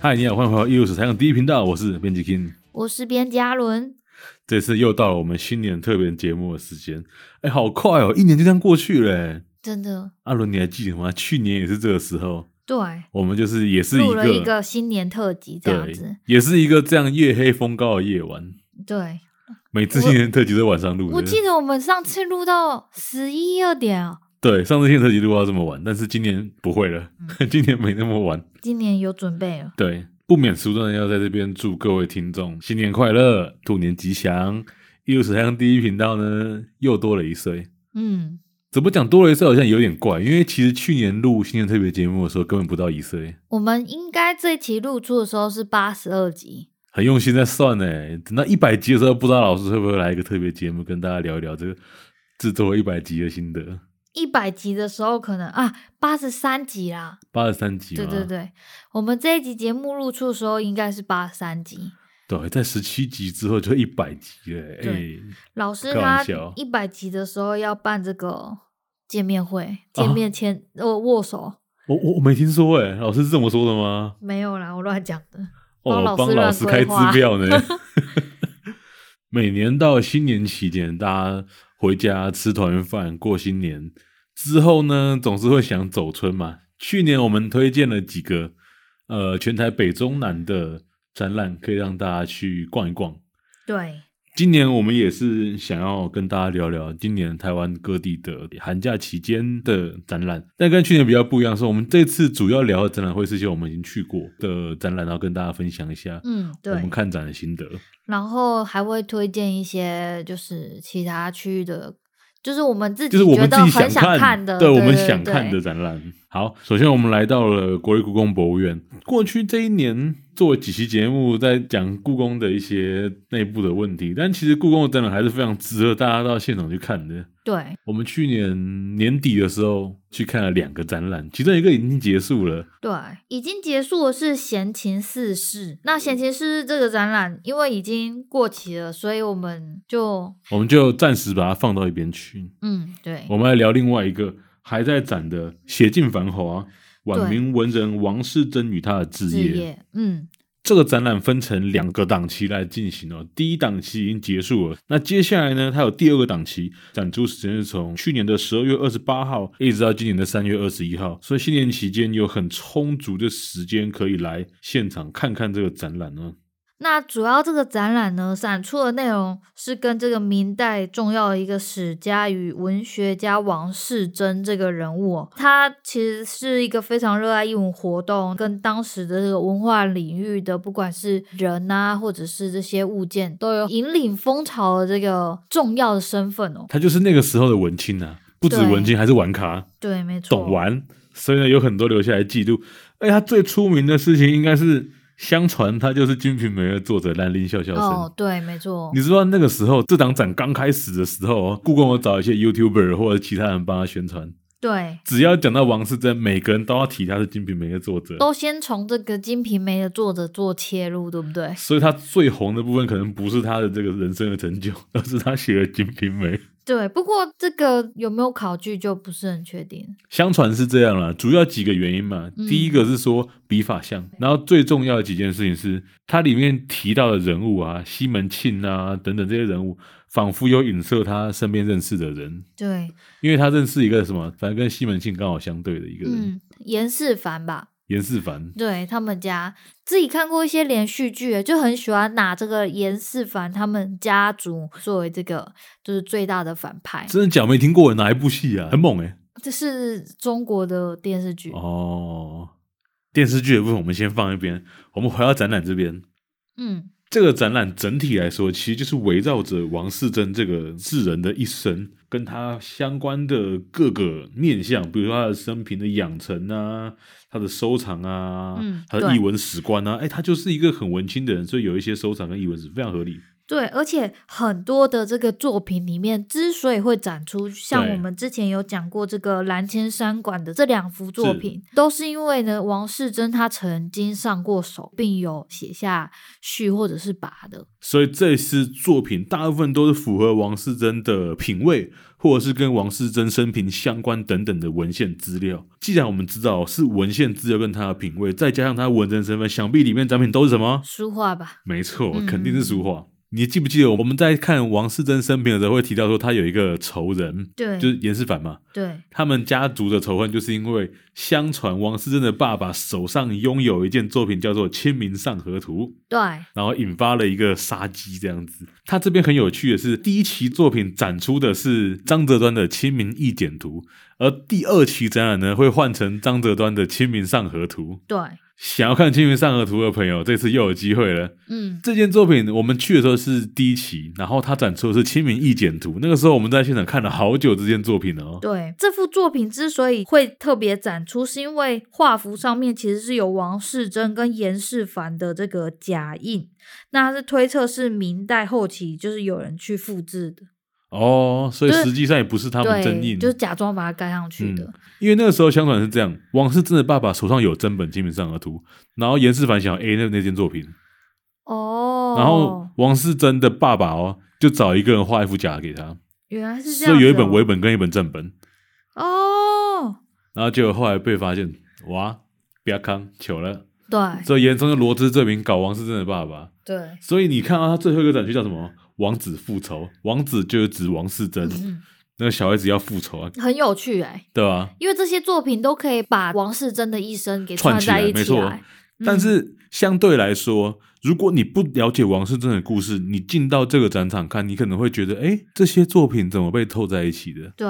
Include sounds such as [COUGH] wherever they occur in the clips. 嗨，你好，欢迎回到一五十采访第一频道，我是编辑 King。我是边嘉伦，这次又到了我们新年特别节目的时间，哎，好快哦，一年就这样过去了哎。真的阿伦，你还记得吗？去年也是这个时候，对，我们就是也是录一了个一个新年特辑这样对子，，也是一个这样夜黑风高的夜晚。对。每次新年特辑都晚上录的，我记得我们上次录到十一二点啊，对上次新年特辑录到这么晚，但是今年不会了，嗯今年没那么晚。今年有准备了，对，不免俗的要在这边祝各位听众新年快乐，兔年吉祥。一路史上第一频道呢又多了一岁，嗯，怎么讲多了一岁好像有点怪，因为其实去年录新年特别节目的时候根本不到一岁，我们应该这一期露出的时候是八十二集，很用心在算呢。等到一百集的时候，不知道老师会不会来一个特别节目跟大家聊一聊这个制作一百集的心得。一百集的时候可能啊八十三集啦，八十三集嘛，对对对，我们这一集节目露出的时候应该是八十三集，对，在十七集之后就一百集了、哎、对老开师他玩笑哦一百集的时候要办这个见面会，啊见面签呃握手，我我我没听说哎、老师是这么说的吗？没有啦，我乱讲的。帮哦，老帮师老乱师规开支划票呢。 [LAUGHS] 每年到新年期间，大家回家吃团圆饭过新年之后呢，总是会想走春嘛。去年我们推荐了几个呃全台北中南的展览，可以让大家去逛一逛。对，今年我们也是想要跟大家聊聊今年台湾各地的寒假期间的展览，但跟去年比较不一样的是，我们这次主要聊的展览会是一些我们已经去过的展览，然后跟大家分享一下嗯，我们对。看展的心得。然后还会推荐一些就是其他区域的，就是我们自己就是我觉们自得己很看，看的，对对我们想看。对的对展览。好，首先我们来到了国立故宫博物院。过去这一年做了几期节目，在讲故宫的一些内部的问题，但其实故宫的展览还是非常值得大家到现场去看的。对，我们去年年底的时候去看了两个展览，其中一个已经结束了。对，已经结束的是《闲情四事》。那《闲情四事》这个展览，因为已经过期了，所以我们就我们就暂时把它放到一边去。嗯，对我们来聊另外一个还在展的《写尽繁华》，晚明文人王士祯与他的置置业。业，嗯，这个展览分成两个档期来进行哦。第一档期已经结束了，那接下来呢，它有第二个档期，展出时间是从去年的十二月二十八号一直到今年的三月二十一号，所以新年期间有很充足的时间可以来现场看看这个展览哦。那主要这个展览呢，展出的内容是跟这个明代重要的一个史家与文学家王士祯这个人物、哦，他其实是一个非常热爱艺文活动，跟当时的这个文化领域的不管是人啊，或者是这些物件，都有引领风潮的这个重要的身份哦。他就是那个时候的文青啊，不止对文青，还是玩咖，对，没错，懂玩，所以呢有很多留下来记录。哎，他最出名的事情应该是，相传他就是《金瓶梅》的作者兰陵笑笑生。哦，对，没错你，知道那个时候这档展刚开始的时候，哦故宫有找一些 YouTuber 或者其他人帮他宣传，对，只要讲到王世贞，每个人都要提他是《金瓶梅》的作者，都先从这个《金瓶梅》的作者做切入，对不对？所以他最红的部分可能不是他的这个人生的成就，而是他写的《金瓶梅》。对，不过这个有没有考据就不是很确定。相传是这样啦，主要几个原因嘛。嗯第一个是说笔法像，然后最重要的几件事情是，它里面提到的人物啊，西门庆啊等等这些人物，仿佛有影射他身边认识的人，对，因为他认识一个什么，反正跟西门庆刚好相对的一个人。嗯，严世凡吧，严世凡，对他们家自己看过一些连续剧，就很喜欢拿这个严世凡他们家族作为这个就是最大的反派。真的假没听过哪一部戏啊？很猛哎、这是中国的电视剧，哦，电视剧的部分我们先放一边，我们回到展览这边。嗯，这个展览整体来说，其实就是围绕着王世贞这个智人的一生，跟他相关的各个面向，比如说他的生平的养成啊，他的收藏啊，嗯他的对译文史观啊，哎，他就是一个很文青的人，所以有一些收藏跟译文史非常合理。对，而且很多的这个作品里面，之所以会展出，像对我们之前有讲过这个蓝千山馆的这两幅作品，都是因为呢王世贞他曾经上过手，并有写下序或者是跋的。所以这次作品大部分都是符合王世贞的品味，或者是跟王世贞生平相关等等的文献资料。既然我们知道是文献资料跟他的品味，再加上他文人身份，想必里面展品都是什么？书画吧，没错，嗯肯定是书画。你记不记得我们在看王世贞生平的时候，会提到说他有一个仇人，对，就是严世蕃嘛。对，他们家族的仇恨，就是因为相传王世贞的爸爸手上拥有一件作品叫做《清明上河图》。对，然后引发了一个杀机这样子。他这边很有趣的是，第一期作品展出的是张择端的《清明意简图》，而第二期展览呢会换成张择端的《清明上河图》。对，想要看《清明上河图》的朋友，这次又有机会了。嗯，这件作品我们去的时候是第一期，然后它展出的是《清明意简图》，那个时候我们在现场看了好久这件作品哦。对。这幅作品之所以会特别展出，是因为画幅上面其实是有王世贞跟严世蕃的这个假印，那是推测是明代后期就是有人去复制的。哦，所以对实际上也不是他们真对，印，嗯就是假装把它盖上去的。因为那个时候相传是这样，王世贞的爸爸手上有真本《清明上河图》，然后严世蕃想要 A 那那件作品，哦，然后王世贞的爸爸哦，就找一个人画一幅假给他，原来是这所样、子以有一本伪哦本跟一本正本，哦，然后结果后来被发现，哇，不要康糗了，对 [LAUGHS] 所以严嵩就罗织罪名搞王世贞的爸爸，对，所以你看啊，他最后一个展区叫什么？王子复仇，王子就是指王世贞，嗯，那个小孩子要复仇啊，很有趣哎、对吧、因为这些作品都可以把王世贞的一生给串起在来一没起错来。但是相对来说，如果你不了解王世贞的故事，你进到这个展场看，你可能会觉得，哎，这些作品怎么被凑在一起的？对，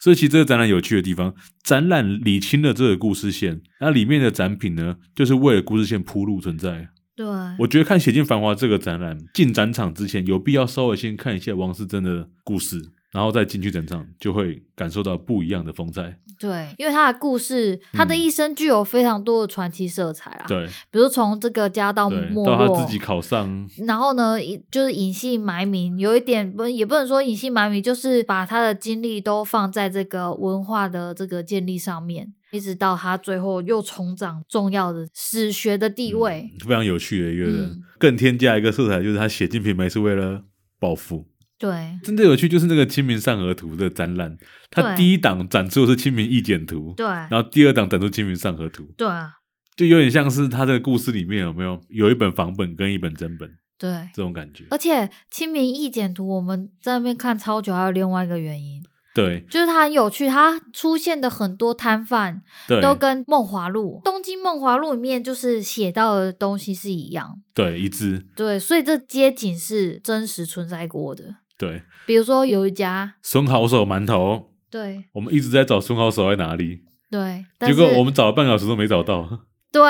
所以其实这个展览有趣的地方，展览理清了这个故事线，那里面的展品呢，就是为了故事线铺路存在。对，我觉得看《写进繁华》这个展览，进展场之前有必要稍微先看一下王世贞的故事，然后再进去展场，就会感受到不一样的风采。对，因为他的故事，他的嗯一生具有非常多的传奇色彩啦。，对比如从这个家道对，没到落，他自己考上，嗯然后呢，一就是隐姓埋名，有一点不也不能说隐姓埋名，就是把他的精力都放在这个文化的这个建立上面，一直到他最后又重掌重要的史学的地位。非常有趣的一个人，嗯更添加一个色彩，就是他写进品牌是为了暴富。对真的有趣就是那个《清明上河图》的展览，它对第一档展出的是《清明意简图》，对然后第二档展出《清明上河图》，对啊，就有点像是他的故事里面有没有有一本仿本跟一本真本对。这种感觉。而且《清明意简图》，我们在那边看超久，还有另外一个原因，对就是它很有趣，它出现的很多摊贩对都跟《梦华录》《东京梦华录》里面就是写到的东西是一样的。对一致对，所以这街景是真实存在过的。对比如说有一家，孙好手馒头，对我们一直在找孙好手在哪里，对，但结是果我们找了半个小时都没找到。对，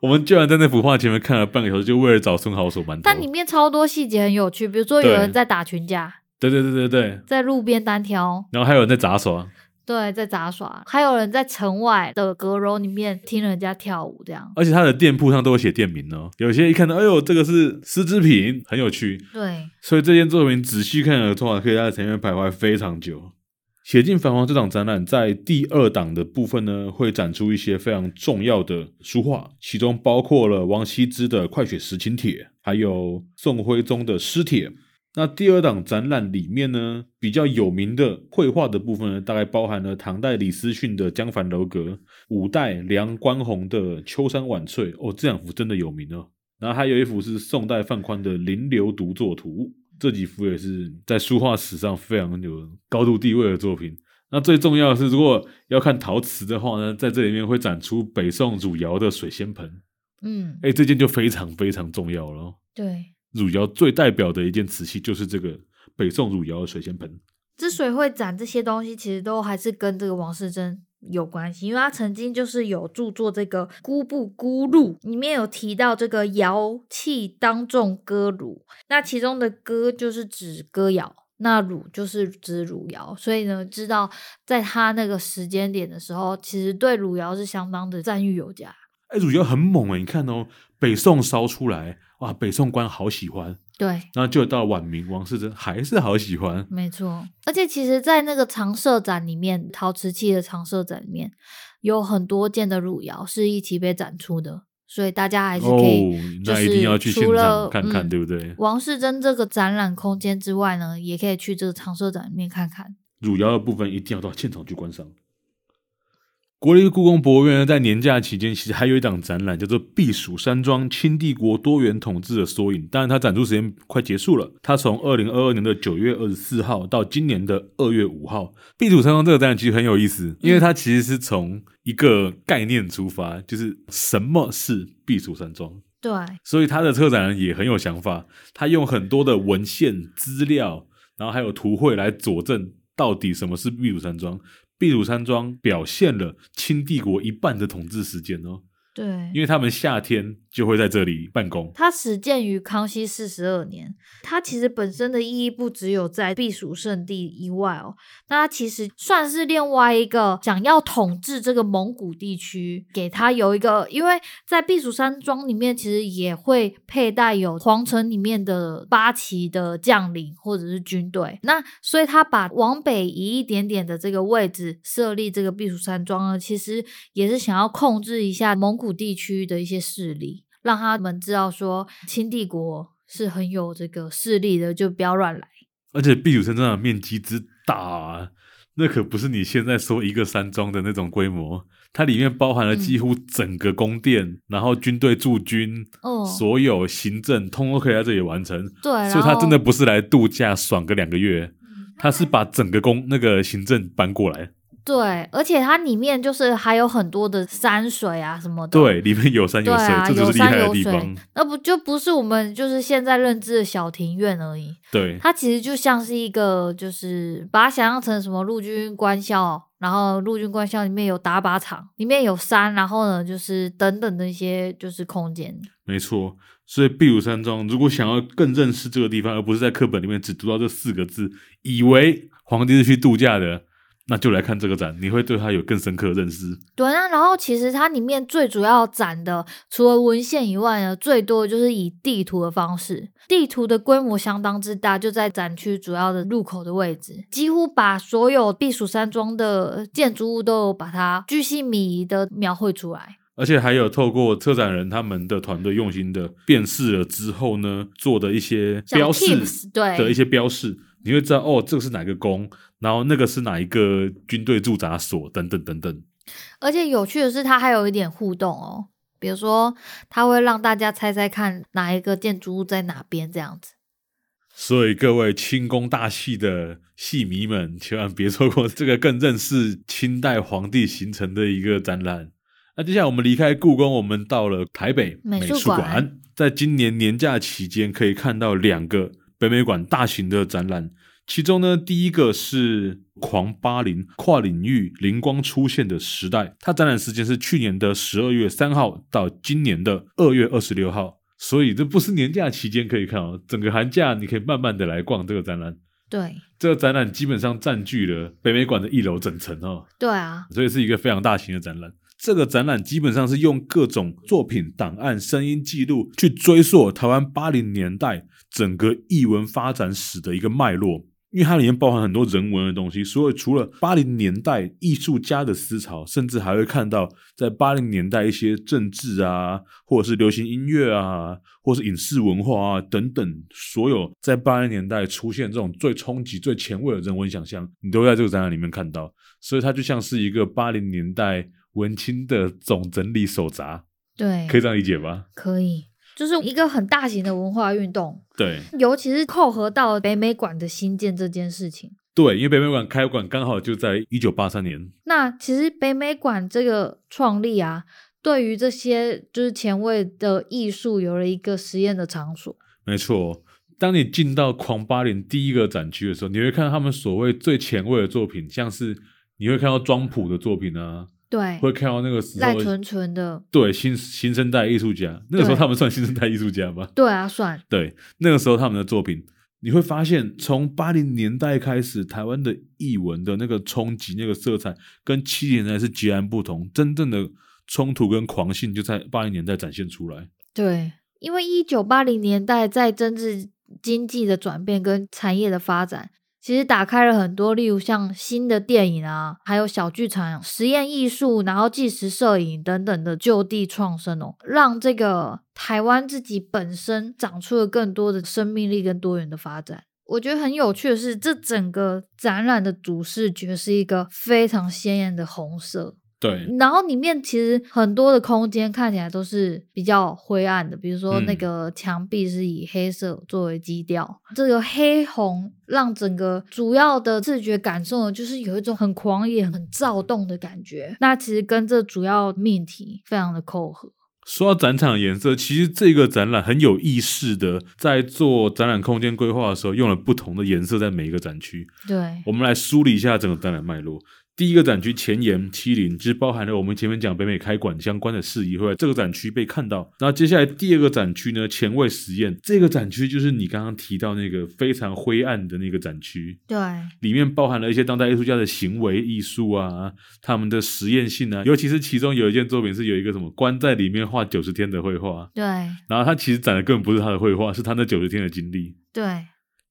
我们居然在那幅画前面看了半个小时，就为了找孙好手馒头。但里面超多细节很有趣，比如说有对人在打群架，对对对对对，在路边单挑，然后还有人在杂耍，对，在杂耍，还有人在城外的阁楼里面听人家跳舞，这样。而且它的店铺上都有写店名哦。有些一看到，哎呦，这个是丝织品，很有趣。对，所所以这件作品仔细看的话，可以在前面徘徊非常久。《写进繁华》这档展览在第二档的部分呢，会展出一些非常重要的书画，其中包括了王羲之的《快雪时晴帖》，还有宋徽宗的《诗帖》。那第二档展览里面呢，比较有名的绘画的部分呢，大概包含了唐代李思训的《江帆楼阁》，五代梁关宏的《秋山晚翠》。哦，这两幅真的有名哦。然后还有一幅是宋代范宽的《临流独坐图》，这几幅也是在书画史上非常有高度地位的作品。那最重要的是，如果要看陶瓷的话呢，在这里面会展出北宋汝窑的水仙盆，嗯，哎，这件就非常非常重要了哦。对。汝窑最代表的一件瓷器就是这个北宋汝窑的水仙盆。之所以会展这些东西，其实都还是跟这个王世贞有关系，因为他曾经就是有著作这个《孤不孤路》，里面有提到这个窑器当众歌乳，那其中的歌就是指歌谣。那汝就是指汝窑，所以呢，知道在他那个时间点的时候，其实对汝窑是相当的赞誉有加。哎，汝窑很猛哎，你看哦，北宋烧出来，哇，北宋官好喜欢，对，然后就到晚明王世贞还是好喜欢，没错。而且其实，在那个常设展里面，陶瓷器的常设展里面，有很多件的汝窑是一起被展出的，所以大家还是可以。哦，那一定要去现除了场看看，嗯对不对？王世贞这个展览空间之外呢，也可以去这个常设展里面看看。汝窑的部分一定要到现场去观赏。国立故宫博物院呢，在年假期间，其实还有一档展览叫做《避暑山庄：清帝国多元统治的缩影》。当然，它展出时间快结束了，它从二零二二年的九月二十四号到今年的二月五号。避暑山庄这个展览其实很有意思，嗯因为它其实是从一个概念出发，就是什么是避暑山庄。对，所以他的策展人也很有想法，他用很多的文献资料，然后还有图绘来佐证到底什么是秘鲁山庄。秘鲁山庄表现了清帝国一半的统治时间哦，对因。为他们夏天就会在这里办公。它始建于康熙四十二年，它其实本身的意义不只有在避暑胜地以外哦，那它其实算是另外一个想要统治这个蒙古地区，给它有一个，因为在避暑山庄里面其实也会佩戴有皇城里面的八旗的将领或者是军队，那所以他把往北移一点点的这个位置设立这个避暑山庄呢，其实也是想要控制一下蒙古地区的一些势力。让他们知道说清帝国是很有这个势力的，就不要乱来。而且避暑山庄的面积之大、啊，那可不是你现在说一个山庄的那种规模。它里面包含了几乎整个宫殿，然后军队驻军，哦，所有行政通都可以在这里完成。对，然所以他真的后不是来度假爽个两个月，嗯他是把整个公那个行政搬过来。对，而且它里面就是还有很多的山水啊什么的。，对，里面有山对有水，啊，这就有是厉害山的有地水方。，那不就不是我们就是现在认知的小庭院而已。对，它其实就像是一个，就是把它想象成什么陆军官校，然后陆军官校里面有打靶场，里面有山，然后呢就是等等的一些就是空间。没错。所以避暑山庄，如果想要更认识这个地方，而不是在课本里面只读到这四个字，以为皇帝是去度假的，那就来看这个展，你会对他有更深刻的认识。对，那然后其实它里面最主要展的，除了文献以外呢，最多就是以地图的方式，地图的规模相当之大，就在展区主要的入口的位置，几乎把所有避暑山庄的建筑物都有把它巨细靡遗的描绘出来。而且还有透过策展人他们的团队用心的辨识了之后呢，做的一些像标示 tips，对的一些标示，你会知道哦，这个是哪个宫，然后那个是哪一个军队驻扎所等等等等。而且有趣的是，它还有一点互动哦，比如说它会让大家猜猜看哪一个建筑物在哪边这样子。所以各位清宫大戏的戏迷们，千万别错过这个更认识清代皇帝形成的一个展览。那接下来我们离开故宫，我们到了台北美术术馆馆，在今年年假期间可以看到两个北美馆大型的展览，其中呢，第一个是“狂八零”跨领域灵光出现的时代，它展览时间是去年的十二月三号到今年的二月二十六号，所以这不是年假期间可以看哦，整个寒假你可以慢慢的来逛这个展览。对这个展览基本上占据了北美馆的一楼整层哦，对啊，所以是一个非常大型的展览。这个展览基本上是用各种作品、档案、声音记录去追溯台湾八零年代整个译文发展史的一个脉络，因为它里面包含很多人文的东西，所以除了八零年代艺术家的思潮，甚至还会看到在八零年代一些政治啊，或者是流行音乐啊，或是影视文化啊等等，所有在八零年代出现这种最冲击、最前卫的人文想象，你都会在这个展览里面看到。所以它就像是一个八零年代文青的总整理手札，对，可以这样理解吧？可以，就是一个很大型的文化运动，对尤其是扣合到北美馆的新建这件事情。对，因为北美馆开馆刚好就在一九八三年，那其实北美馆这个创立啊，对于这些就是前卫的艺术有了一个实验的场所。没错。当你进到狂八零第一个展区的时候，你会看到他们所谓最前卫的作品，像是你会看到庄普的作品啊，对，会看到那个时哎赖候纯纯的，对新新生代艺术家，那个时候对他们算新生代艺术家吧？对啊，算对，那个时候他们的作品，你会发现从八零年代开始，台湾的译文的那个冲击、那个色彩，跟七零年代是截然不同。真正的冲突跟狂性就在八零年代展现出来。对。因为一九八零年代在政治经济的转变跟产业的发展，其实打开了很多，例如像新的电影啊，还有小剧场、实验艺术，然后纪实摄影等等的就地创生哦，让这个台湾自己本身长出了更多的生命力跟多元的发展。我觉得很有趣的是，这整个展览的主视觉是一个非常鲜艳的红色，对，然后里面其实很多的空间看起来都是比较灰暗的，比如说那嗯个墙壁是以黑色作为基调，这个黑红让整个主要的视觉感受呢就是有一种很狂野、很躁动的感觉。那其实跟这主要命题非常的扣合。说到展场颜色，其实这个展览很有意识的，在做展览空间规划的时候，用了不同的颜色在每一个展区。对，我们来梳理一下整个展览脉络。第一个展区前沿七零，其实包含了我们前面讲北美开馆相关的事宜，会在这个展区被看到。然后接下来第二个展区呢，前卫实验，这个展区就是你刚刚提到那个非常灰暗的那个展区，对，里面包含了一些当代艺术家的行为艺术啊，他们的实验性啊，尤其是其中有一件作品是有一个什么关在里面画九十天的绘画，对，然后他其实展的根本不是他的绘画，是他那九十天的经历。对，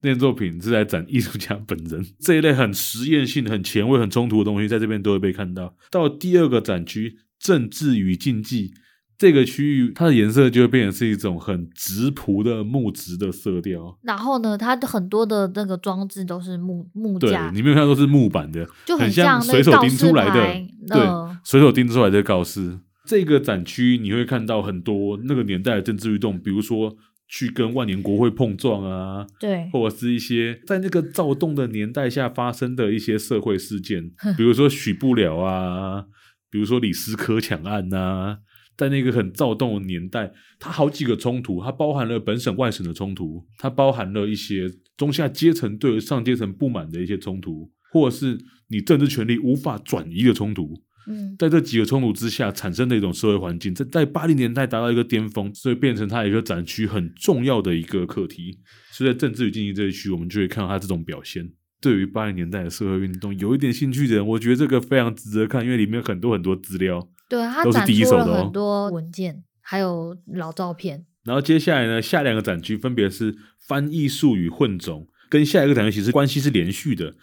那件作品是在展艺术家本人这一类很实验性、很前卫、很冲突的东西，在这边都会被看到。到第二个展区“政治与竞技”这个区域，它的颜色就会变成是一种很直朴的木质的色调。然后呢，它的很多的那个装置都是木木对架，你没有看到都是木板的，就很像那随个手告钉示出来的牌，对呃，随手钉出来的告示。这个展区你会看到很多那个年代的政治运动，比如说去跟万年国会碰撞啊，对，或者是一些在那个躁动的年代下发生的一些社会事件，比如说许不了啊，比如说李斯科抢案呐、在那个很躁动的年代，它好几个冲突，它包含了本省外省的冲突，它包含了一些中下阶层对上阶层不满的一些冲突，或者是你政治权利无法转移的冲突。嗯，在这几个冲突之下产生的一种社会环境，在在八零年代达到一个巅峰，所以变成它一个展区很重要的一个课题。所以在政治与经济这一区，我们就会看到它这种表现。对于八零年代的社会运动有一点兴趣的人，我觉得这个非常值得看，因为里面有很多很多资料。对，它都是展第一出手了的哦很多文件，还有老照片。然后接下来呢，下两个展区分别是翻译术与混种，跟下一个展区其实关系是连续的。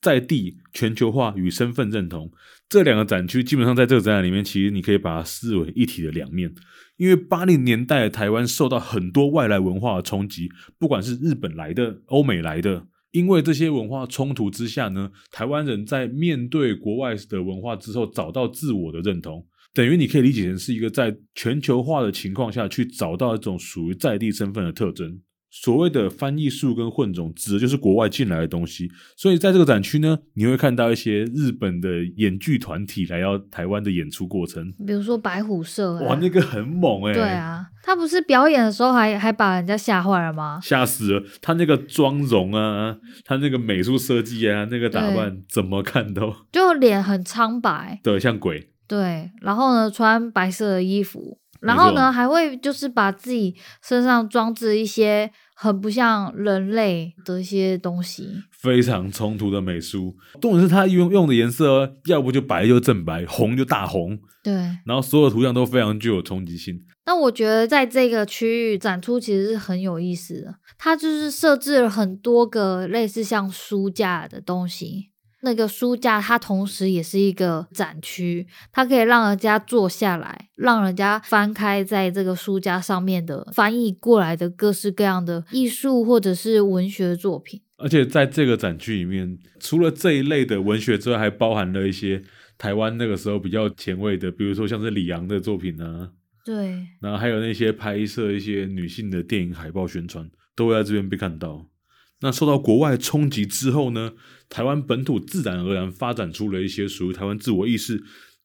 在地全球化与身份认同这两个展区，基本上在这个展览里面，其实你可以把它视为一体的两面。因为八零年代的台湾受到很多外来文化的冲击，不管是日本来的、欧美来的，因为这些文化冲突之下呢，台湾人在面对国外的文化之后，找到自我的认同，等于你可以理解成是一个在全球化的情况下去找到一种属于在地身份的特征。所谓的翻译术跟混种，指的就是国外进来的东西。所以在这个展区呢，你会看到一些日本的演剧团体来到台湾的演出过程，比如说白虎社、啊，哇，那个很猛哎、对啊，他不是表演的时候还还把人家吓坏了吗？吓死了！他那个妆容啊，他那个美术设计啊，那个打扮，怎么看都就脸很苍白，对像鬼。对，然后呢穿白色的衣服，然后没呢还会就是把自己身上装置一些很不像人类的一些东西，非常冲突的美术，重点是他用用的颜色哦，要不就白就正白，红就大红，对。然后所有图像都非常具有冲击性。那我觉得在这个区域展出其实是很有意思的，它就是设置了很多个类似像书架的东西。那个书架它同时也是一个展区，它可以让人家坐下来，让人家翻开在这个书架上面的翻译过来的各式各样的艺术或者是文学作品。而且在这个展区里面，除了这一类的文学之外，还包含了一些台湾那个时候比较前卫的，比如说像是李昂的作品啊，对，然后还有那些拍摄一些女性的电影海报宣传，都会在这边被看到。那受到国外冲击之后呢，台湾本土自然而然发展出了一些属于台湾自我意识，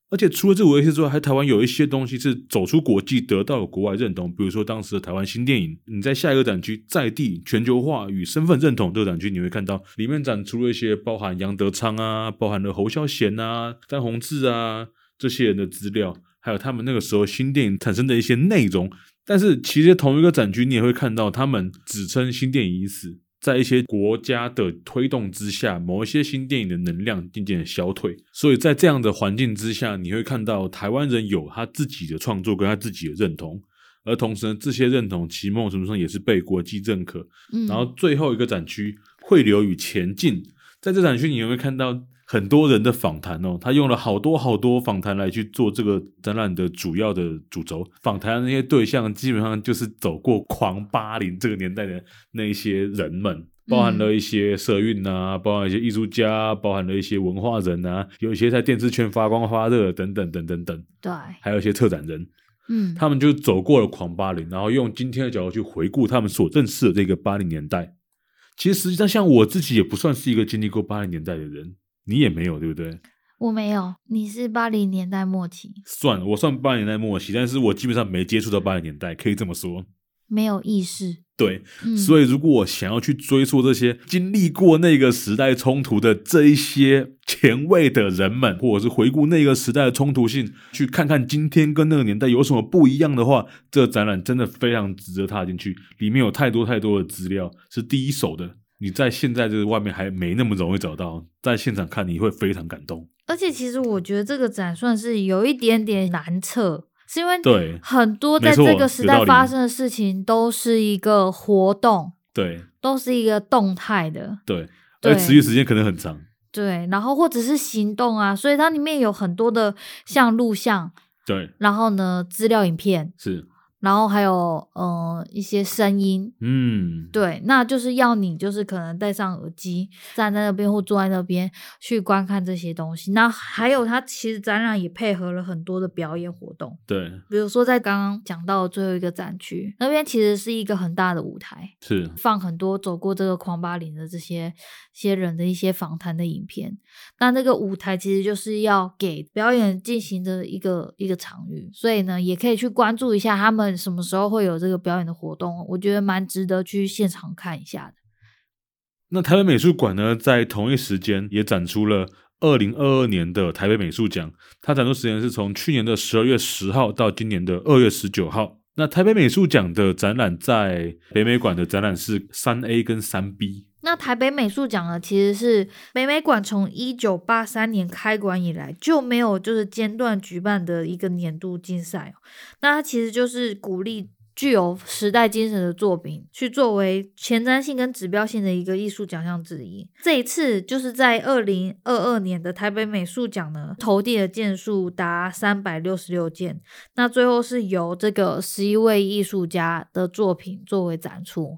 而且除了自我意识之外，还台湾有一些东西是走出国际得到国外认同，比如说当时的台湾新电影。你在下一个展区“在地全球化与身份认同”这个展区，你会看到里面展出了一些包含杨德昌啊，包含了侯孝贤啊、詹宏志啊这些人的资料，还有他们那个时候新电影产生的一些内容。但是其实同一个展区，你也会看到他们只称新电影已死。在一些国家的推动之下，某一些新电影的能量渐渐的消退，所以在这样的环境之下，你会看到台湾人有他自己的创作跟他自己的认同，而同时呢，这些认同其某种程度上也是被国际认可。嗯，然后最后一个展区汇流与前进，在这展区你会看到很多人的访谈哦，他用了好多好多访谈来去做这个展览的主要的主轴。访谈的那些对象基本上就是走过狂八零这个年代的那一些人们。包含了一些社运啊，包含一些艺术家啊，包含了一些文化人啊，有一些在电视圈发光发热等等等等等，对，还有一些策展人。嗯，他们就走过了狂八零，然后用今天的角度去回顾他们所认识的这个八零年代。其实实际上，像我自己也不算是一个经历过八零年代的人，你也没有，对不对？我没有，你是八零年代末期，算我算八零年代末期，但是我基本上没接触到八零年代，可以这么说。没有意识，对，嗯，所以以如果我想要去追溯这些经历过那个时代冲突的这一些前卫的人们，或者是回顾那个时代的冲突性，去看看今天跟那个年代有什么不一样的话，这展览真的非常值得踏进去。里面有太多太多的资料是第一手的，你在现在这个外面还没那么容易找到，在现场看你会非常感动。而且其实我觉得这个展算是有一点点难测，是因为对很多在没错这个时有代道理发生的事情都是一个活动，对都是一个动态的，对，对而持续时间可能很长。对，然后或者是行动啊，所以它里面有很多的像录像，对，然后呢资料影片，是，然后还有嗯、呃一些声音，嗯，对，那就是要你就是可能戴上耳机，站在那边或坐在那边去观看这些东西。那还有它其实展览也配合了很多的表演活动，对，比如说在刚刚讲到的最后一个展区那边其实是一个很大的舞台，是，放很多走过这个狂巴林的这些些人的一些访谈的影片。那那个舞台其实就是要给表演进行的一个一个场域，所以呢，也可以去关注一下他们什么时候会有这个表演的活动，哦我觉得蛮值得去现场看一下的。那台北美术馆呢，在同一时间也展出了二零二二年的台北美术奖，它展出时间是从去年的十二月十号到今年的二月十九号。那台北美术奖的展览在北美馆的展览是三 A 跟三 B，那台北美术奖呢，其实是北美馆从一九八三年开馆以来就没有就是间断举办的一个年度竞赛哦。那它其实就是鼓励具有时代精神的作品去作为前瞻性跟指标性的一个艺术奖项之一。这一次就是在二零二二年的台北美术奖呢，投递的件数达三百六十六件，那最后是由这个十一位艺术家的作品作为展出。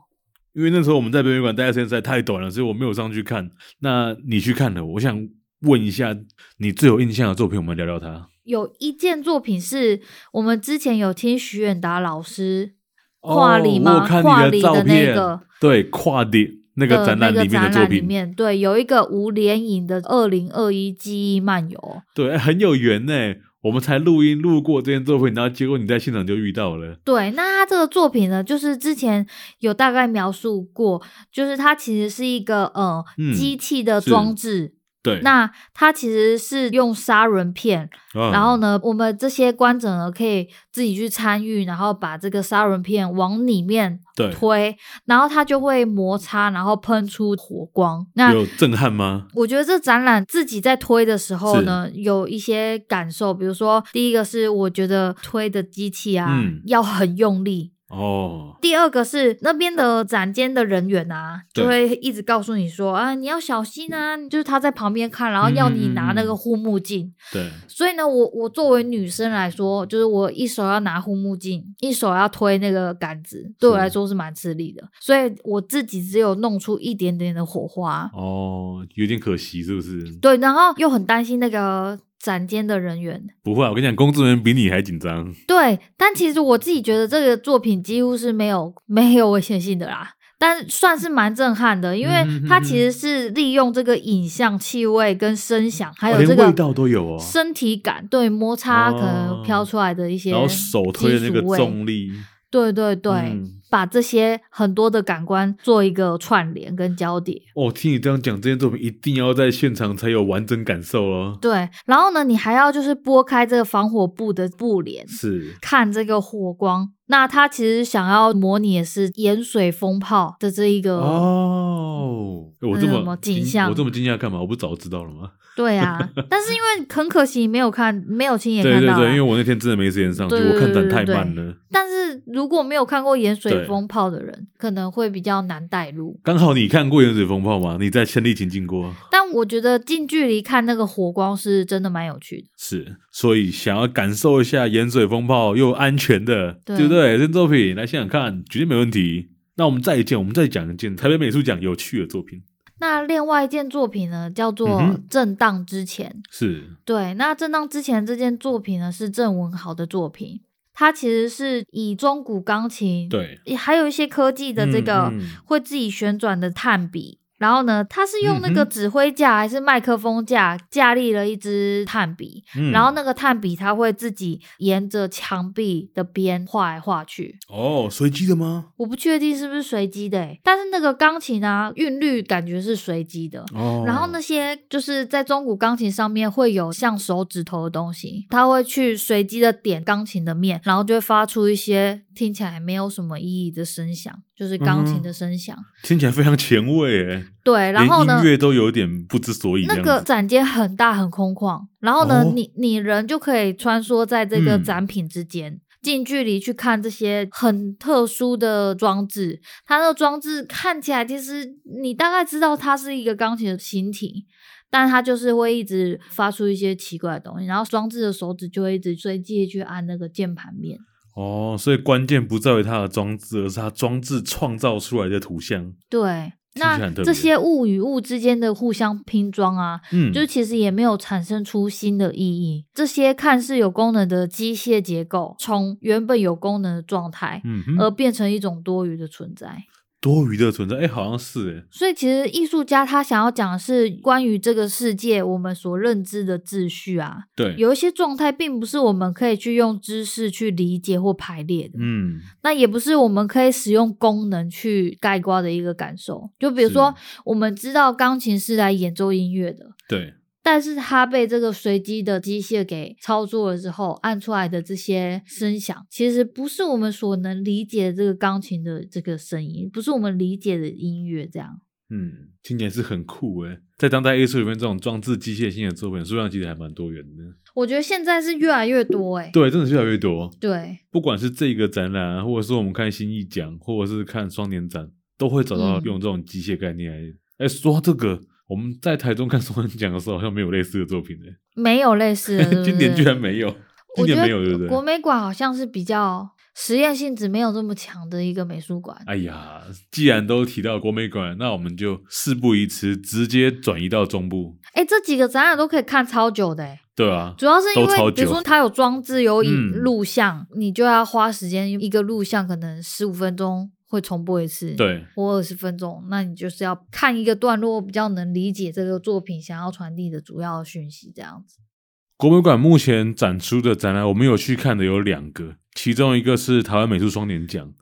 因为那时候我们在北美馆待的时间实在太短了，所以我没有上去看。那你去看了，我想问一下，你最有印象的作品，我们聊聊它。有一件作品是我们之前有听徐远达老师跨里哦、我吗？有看跨你里照的片，那个对跨里那个展览那里面个的展作览里品，面，对，有一个吴连颖的《二零二一记忆漫游》，对，很有缘呢、我们才录音录过这件作品，然后结果你在现场就遇到了。对，那他这个作品呢，就是之前有大概描述过，就是它其实是一个呃嗯机器的是装置，对，那它其实是用砂轮片啊然后呢，我们这些观者呢可以自己去参与，然后把这个砂轮片往里面对推，然后它就会摩擦，然后喷出火光。那有震撼吗？我觉得这展览自己在推的时候呢，有一些感受，比如说第一个是我觉得推的机器啊、嗯要很用力。哦，第二个是那边的展间的人员啊，对就会一直告诉你说啊，你要小心啊，就是他在旁边看，然后要你拿那嗯嗯个嗯护目镜。对，所以呢，我我作为女生来说，就是我一手要拿护目镜，一手要推那个杆子，对我来说是蛮吃力的。所以我自己只有弄出一点点的火花，哦，有点可惜，是不是？对，然后又很担心那个展间的人员。不会啊，我跟你讲，工作人员比你还紧张。对，但其实我自己觉得这个作品几乎是没有没有危险性的啦。但算是蛮震撼的，因为它其嗯实是利用这个影像、气味跟声响，还哦有连这个味道都有哦身体感对摩擦可能哦飘出来的一些，然后手推的那个重力，对对对，嗯把这些很多的感官做一个串联跟交叠。哦，听你这样讲，这件作品一定要在现场才有完整感受哦。对，然后呢，你还要就是拨开这个防火布的布帘，是，看这个火光。那他其实想要模拟的是盐水风炮的这一个，哦，我是这嗯什么景惊象我这么惊讶干嘛？我不早知道了吗？对啊， [LAUGHS] 但是因为很可惜没有看，没有亲眼对看对到啊、对，因为我那天真的没时间上去，对对我看展对太对慢了。但是如果没有看过盐水对风炮的人，可能会比较难带入。刚好你看过《盐水风暴》吗？你在千里情境过啊，但我觉得近距离看那个火光是真的蛮有趣的。是，所以想要感受一下盐水风暴又安全的，对不对？这作品来现场看，绝对没问题。那我们再一件，我们再讲一件台北美术奖有趣的作品，那另外一件作品呢，叫做嗯《哼震荡之前》。是对，那《震荡之前》这件作品呢，是郑文豪的作品。它其实是以中古钢琴，，对还有一些科技的这个嗯嗯会自己旋转的炭笔。然后呢，它是用那个嗯哼指挥架还是麦克风架架立了一支炭笔，嗯然后那个炭笔它会自己沿着墙壁的边画来画去。哦，随机的吗？我不确定是不是随机的、欸，但是那个钢琴啊，韵律感觉是随机的。哦，然后那？些就是在中古钢琴上面会有像手指头的东西，它会去随机的点钢琴的面，然后就会发出一些听起来没有什么意义的声响，就是钢嗯琴哼的声响。听起来非常前卫诶，对，然后连呢音，乐都有点不知所以这那样个子展间很大很空旷，然后呢，哦你你人就可以穿梭在这个嗯展品之间。近距离去看这些很特殊的装置，它那个装置看起来其实你大概知道它是一个钢琴的形体，但它就是会一直发出一些奇怪的东西，然后装置的手指就会一直随机地去按那个键盘面。哦，所以关键不在于它的装置，而是它装置创造出来的图像。对，听起来那很特这别些物与物之间的互相拼装啊，嗯，就其实也没有产生出新的意义。这些看似有功能的机械结构，从原本有功能的状态，嗯哼，而变成一种多余的存在。多余的存在，哎、好像是哎，所以，其实艺术家他想要讲的是关于这个世界我们所认知的秩序啊，对，有一些状态并不是我们可以去用知识去理解或排列的，嗯，那也不是我们可以使用功能去概括的一个感受。就比如说，我们知道钢琴是来演奏音乐的，对，但是它被这个随机的机械给操作了之后，按出来的这些声响，其实不是我们所能理解的这个钢琴的这个声音，不是我们理解的音乐这样。嗯，听起来是很酷哎。在当代艺术里面，这种装置机械性的作品数量其实还蛮多元的。我觉得现在是越来越多诶、对，真的是越来越多。对不管是这个展览啊，或者是我们看新艺奖，或者是看双年展，都会找到嗯用这种机械概念来。哎、说到这个，我们在台中看双年奖的时候，好像没有类似的作品哎、没有类似的，对 [LAUGHS] 不对今年居然没有，今我觉年得啊没有，对不国对？美馆好像是比较实验性质没有这么强的一个美术馆。哎呀，既然都提到国美馆，那我们就事不宜迟，直接转移到中部，哎、这几个展览都可以看超久的、诶欸对啊，主要是因都超为，比如久说它有装置有影嗯录像，你就要花时间，一个录像可能十五分钟会重播一次，，对，或二十分钟，那你就是要看一个段落，比较能理解这个作品想要传递的主要讯息，这样子。国美馆目前展出的展览，我们有去看的有两个，其中一个是台湾美术双年奖，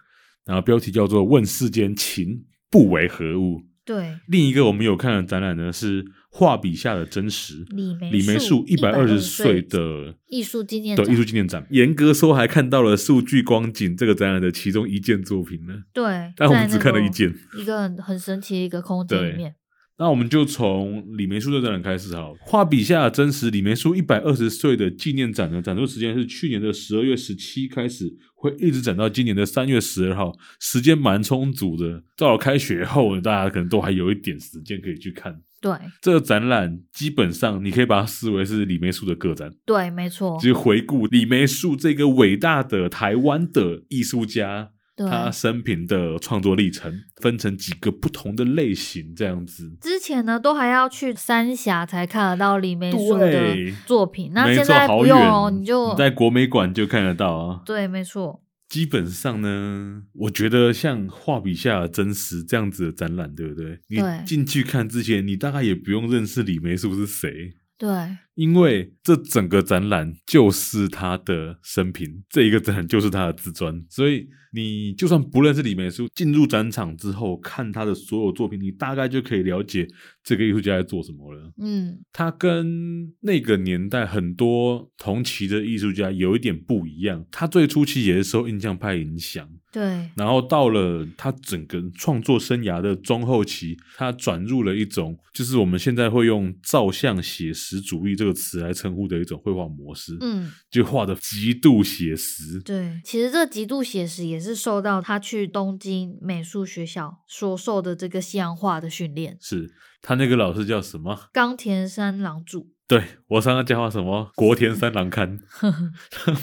然后标题叫做《问世间情不为何物》；对，另一个我们有看的展览呢是《画笔下的真实》，李梅李梅树一百二120十岁的艺术纪念的展，艺术纪念展。严格说，还看到了数据光景这个展览的其中一件作品呢，对，但我在们只那看了个一件。一个很很神奇的一个空间里对面。那我们就从李梅树的展览开始好了。画笔下的真实，李梅树一百二十岁的纪念展呢，展出时间是去年的十二月十七开始，会一直展到今年的三月十二号，时间蛮充足的。到了开学后呢，大家可能都还有一点时间可以去看。对这个展览基本上你可以把它视为是李梅树的个展，对，没错，就是回顾李梅树这个伟大的台湾的艺术家，对。他生平的创作历程，分成几个不同的类型这样子。之前呢，都还要去三峡才看得到李梅树的对作品，那没现错在好不用哦，远你就在国美馆就看得到啊。对，没错，基本上呢，我觉得像画笔下的真实这样子的展览，对不对？你对进去看之前，你大概也不用认识李梅树是谁，对因为这整个展览就是他的生平，这一个展览就是他的自传，所以你就算不认识李梅树，进入展场之后看他的所有作品，你大概就可以了解这个艺术家在做什么了。嗯他跟那个年代很多同期的艺术家有一点不一样，他最初期也是受印象派影响，对，然后到了他整个创作生涯的中后期，他转入了一种就是我们现在会用照相写实主义这个词来称呼的一种绘画模式，嗯就画的极度写实。对。其实这极度写实也是受到他去东京美术学校所受的这个西洋画的训练。是他那个老师叫什么？冈田山郎助对我上次叫他什么？国田三郎 [LAUGHS] 刊，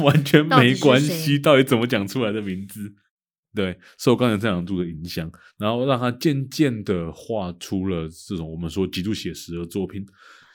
完全没关系，到底怎么讲出来的名字？对，受刚才这两柱的影响，然后让他渐渐的画出了这种我们说极度写实的作品，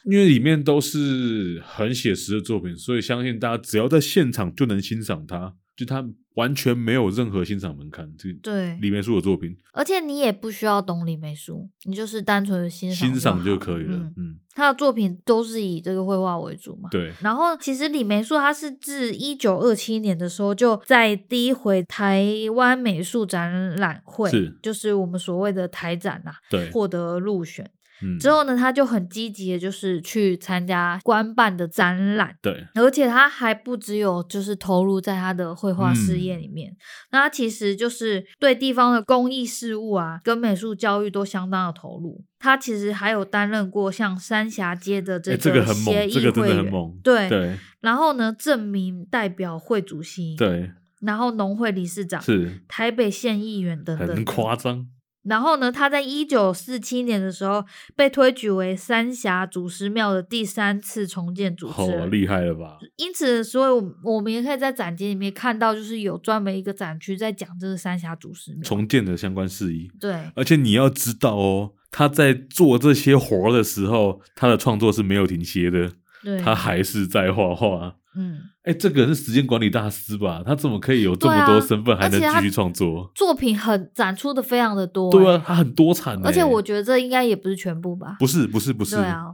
因为里面都是很写实的作品，所以相信大家只要在现场就能欣赏它，就它完全没有任何欣赏门槛。这对，里面树的作品而且你也不需要懂李梅树，你就是单纯的欣赏欣赏就好可以了。嗯嗯，他的作品都是以这个绘画为主嘛。对，然后，其实李梅树他是自一九二七年的时候就在第一回台湾美术展览会，是就是我们所谓的台展呐、对，获得入选。嗯，之后呢，他就很积极的，就是去参加官办的展览。对，哎而且他还不只有就是投入在他的绘画事业里嗯面，那他其实就是对地方的公益事务啊，跟美术教育都相当的投入。他其实还有担任过像三峡街的哎，这这个很协猛，议这个真会的很员猛。对，对然后呢，证明代表会主席，，对，然后农会理事长，是台北县议员等很等。夸张。然后呢，他在一九四七年的时候被推举为三峡祖师庙的第三次重建主持好人。厉害了吧？因此，所以我们我们也可以在展厅里面看到，就是有专门一个展区在讲这个三峡祖师庙。重建的相关事宜，对，而且你要知道哦，他在做这些活儿的时候，他的创作是没有停歇的，对，他还是在画画。嗯，哎，这个人是时间管理大师吧？他怎么可以有这么对多啊身份，还能而且他继续创作？作品很展出的非常的多、对欸啊，他很多产、欸。而且我觉得这应该也不是全部吧。不是不是不是，对啊，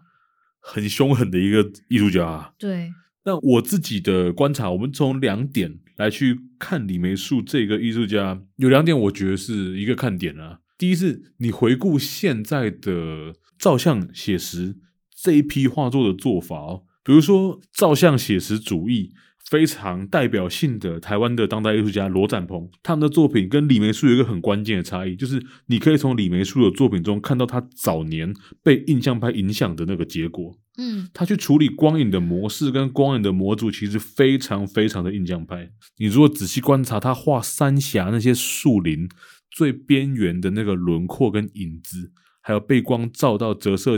很凶狠的一个艺术家、啊。对，那我自己的观察，我们从两点来去看李梅树这个艺术家，有两点我觉得是一个看点啊。第一是你回顾现在的照相写实这一批画作的做法哦，比如说照相写实主义非常代表性的台湾的当代艺术家罗展鹏，他们的作品跟李梅树有一个很关键的差异，就是你可以从李梅树的作品中看到他早年被印象派影响的那个结果。嗯，他去处理光影的模式跟光影的模组，其实非常非常的印象派。你如果仔细观察他画三峡那些树林最边缘的那个轮廓跟影子，还有被光照到折射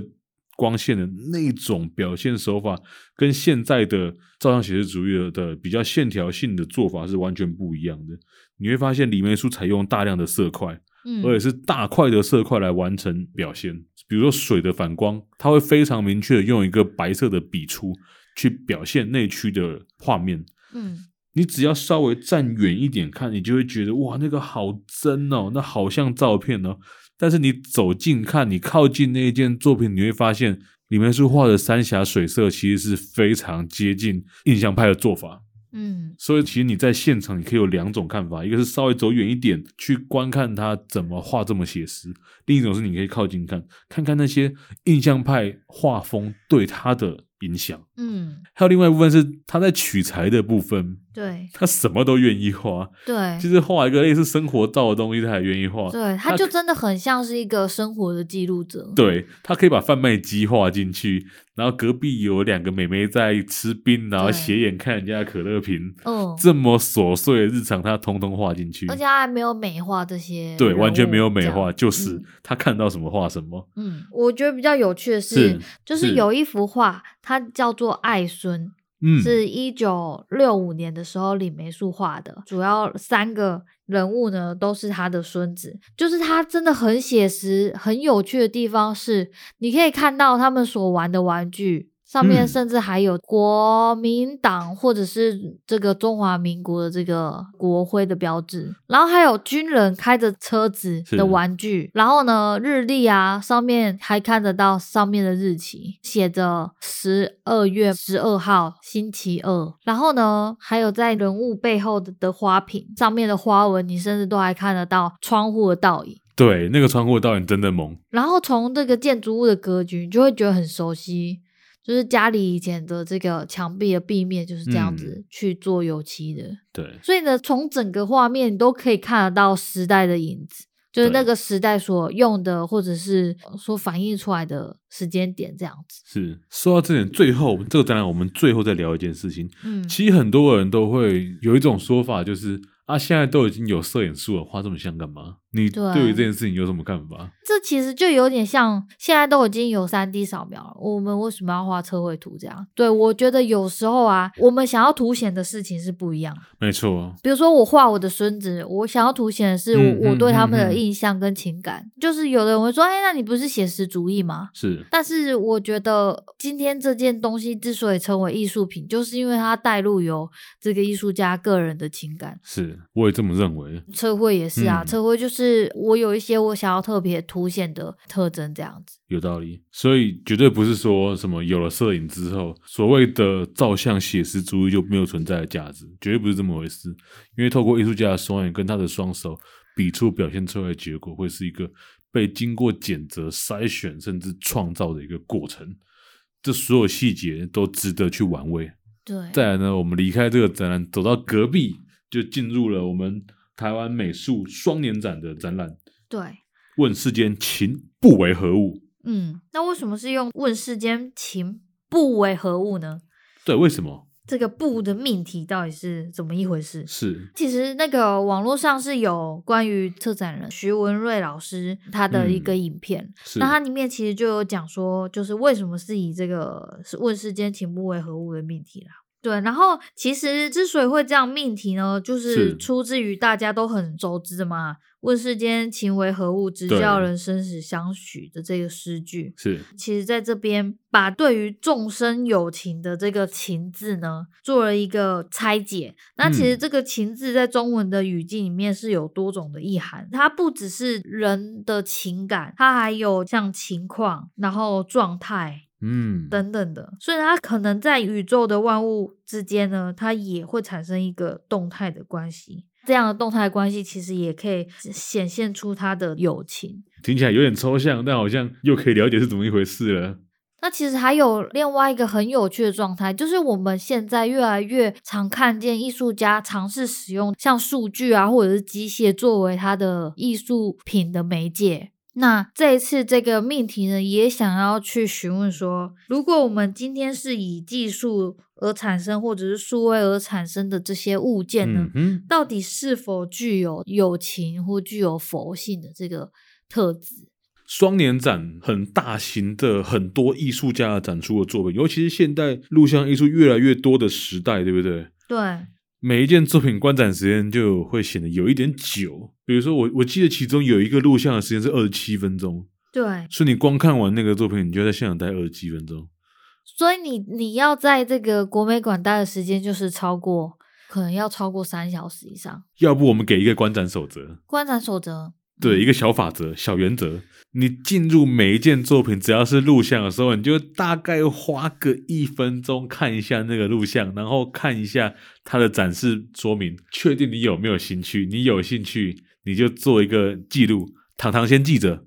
光线的那种表现手法，跟现在的照相写实主义的的比较线条性的做法是完全不一样的。你会发现李梅树采用大量的色块，嗯，而且是大块的色块来完成表现。比如说水的反光，它会非常明确的用一个白色的笔触去表现内区的画面。嗯，你只要稍微站远一点看，你就会觉得哇，那个好真哦，那好像照片哦。但是你走近看，你靠近那一件作品，你会发现里面是画的三峡水色，其实是非常接近印象派的做法。嗯，所以其实你在现场，你可以有两种看法，一个是稍微走远一点去观看他怎么画这么写实，另一种是你可以靠近看，看看那些印象派画风对他的影响。嗯，还有另外一部分是他在取材的部分，对，他什么都愿意画，对，就是画一个类似生活照的东西，他也愿意画。对，他就真的很像是一个生活的记录者。对他可以把贩卖机画进去，然后隔壁有两个美眉在吃冰，然后对斜眼看人家的可乐瓶，嗯，这么琐碎的日常，他通通画进去。而且他还没有美化这些，对，完全没有美化，这样就是、嗯他看到什么画什么。嗯，我觉得比较有趣的是就是是有一幅画，它叫做《爱孙》，嗯，是一九六五年的时候李梅树画的，主要三个人物呢都是他的孙子，就是他真的很写实，很有趣的地方是，你可以看到他们所玩的玩具。上面嗯甚至还有国民党或者是这个中华民国的这个国徽的标志，然后还有军人开着车子是的玩具，然后呢日历啊上面还看得到上面的日期，写着十二月十二号星期二，然后呢还有在人物背后的的花瓶上面的花纹，你甚至都还看得到窗户的倒影。对，那个窗户的倒影真的萌，然后从这个建筑物的格局，你就会觉得很熟悉，就是家里以前的这个墙壁的壁面就是这样子去做油漆的，对，所以呢，从整个画面你都可以看得到时代的影子，就是那对个时代所用的或者是呃所反映出来的时间点这样子。是。说到这点，最后这个展览我们最后再聊一件事情，嗯，其实很多人都会有一种说法，就是啊，现在都已经有摄影术了，画这么像干嘛？你对啊对于这件事情有什么看法？这其实就有点像现在都已经有三 D 扫描了，我们为什么要画测绘图这样？对我觉得有时候啊，我们想要凸显的事情是不一样的。没错，比如说我画我的孙子，我想要凸显的是我、嗯嗯我对他们嗯的嗯印象跟情感。就是有的人会说，哎，那你不是写实主义吗？是但是我觉得今天这件东西之所以成为艺术品，就是因为它带入有这个艺术家个人的情感。是，我也这么认为。测绘也是啊，嗯测绘就是我有一些我想要特别凸显的特征，这样子。有道理，所以绝对不是说什么有了摄影之后，所谓的照相写实主义就没有存在的价值，绝对不是这么回事。因为透过艺术家的双眼跟他的双手笔触表现出来的结果，会是一个被经过检择、筛选甚至创造的一个过程。这所有细节都值得去玩味。对，再来呢，我们离开这个展览，走到隔壁，就进入了我们台湾美术双年展的展览。对，问世间情不为何物？嗯，那为什么是用问世间情不为何物呢？对，为什么？这个“不”的命题到底是怎么一回事？是其实那个网络上是有关于策展人徐文瑞老师他的一个嗯影片，是，那它里面其实就有讲说，就是为什么是以这个是问世间情不为何物的命题啦。对，然后其实之所以会这样命题呢，就是是出自于大家都很熟知的嘛，“问世间情为何物，直对教人生死相许”的这个诗句。是其实在这边把对于众生有情的这个“情”字呢，做了一个拆解。那其实嗯这个“情”字在中文的语境里面是有多种的意涵，它不只是人的情感，它还有像情况、然后状态嗯，等等的，所以它可能在宇宙的万物之间呢，它也会产生一个动态的关系。这样的动态关系其实也可以显现出它的友情。听起来有点抽象，但好像又可以了解是怎么一回事了。那其实还有另外一个很有趣的状态，就是我们现在越来越常看见艺术家尝试使用像数据啊或者是机械作为他的艺术品的媒介。那这一次这个命题呢，也想要去询问说，如果我们今天是以技术而产生或者是数位而产生的这些物件呢，嗯哼，到底是否具有友情或具有佛性的这个特质？双年展很大型的很多艺术家的展出的作品，尤其是现代录像艺术越来越多的时代，对不对？对，每一件作品观展时间就会显得有一点久，比如说我我记得其中有一个录像的时间是二十七分钟，对，所以你光看完那个作品，你就在现场待二十七分钟。所以你你要在这个国美馆待的时间就是超过，可能要超过三小时以上。要不我们给一个观展守则，观展守则，对，一个小法则、小原则，你进入每一件作品，只要是录像的时候，你就大概花个一分钟看一下那个录像，然后看一下它的展示说明，确定你有没有兴趣。你有兴趣，你就做一个记录。糖糖先记着，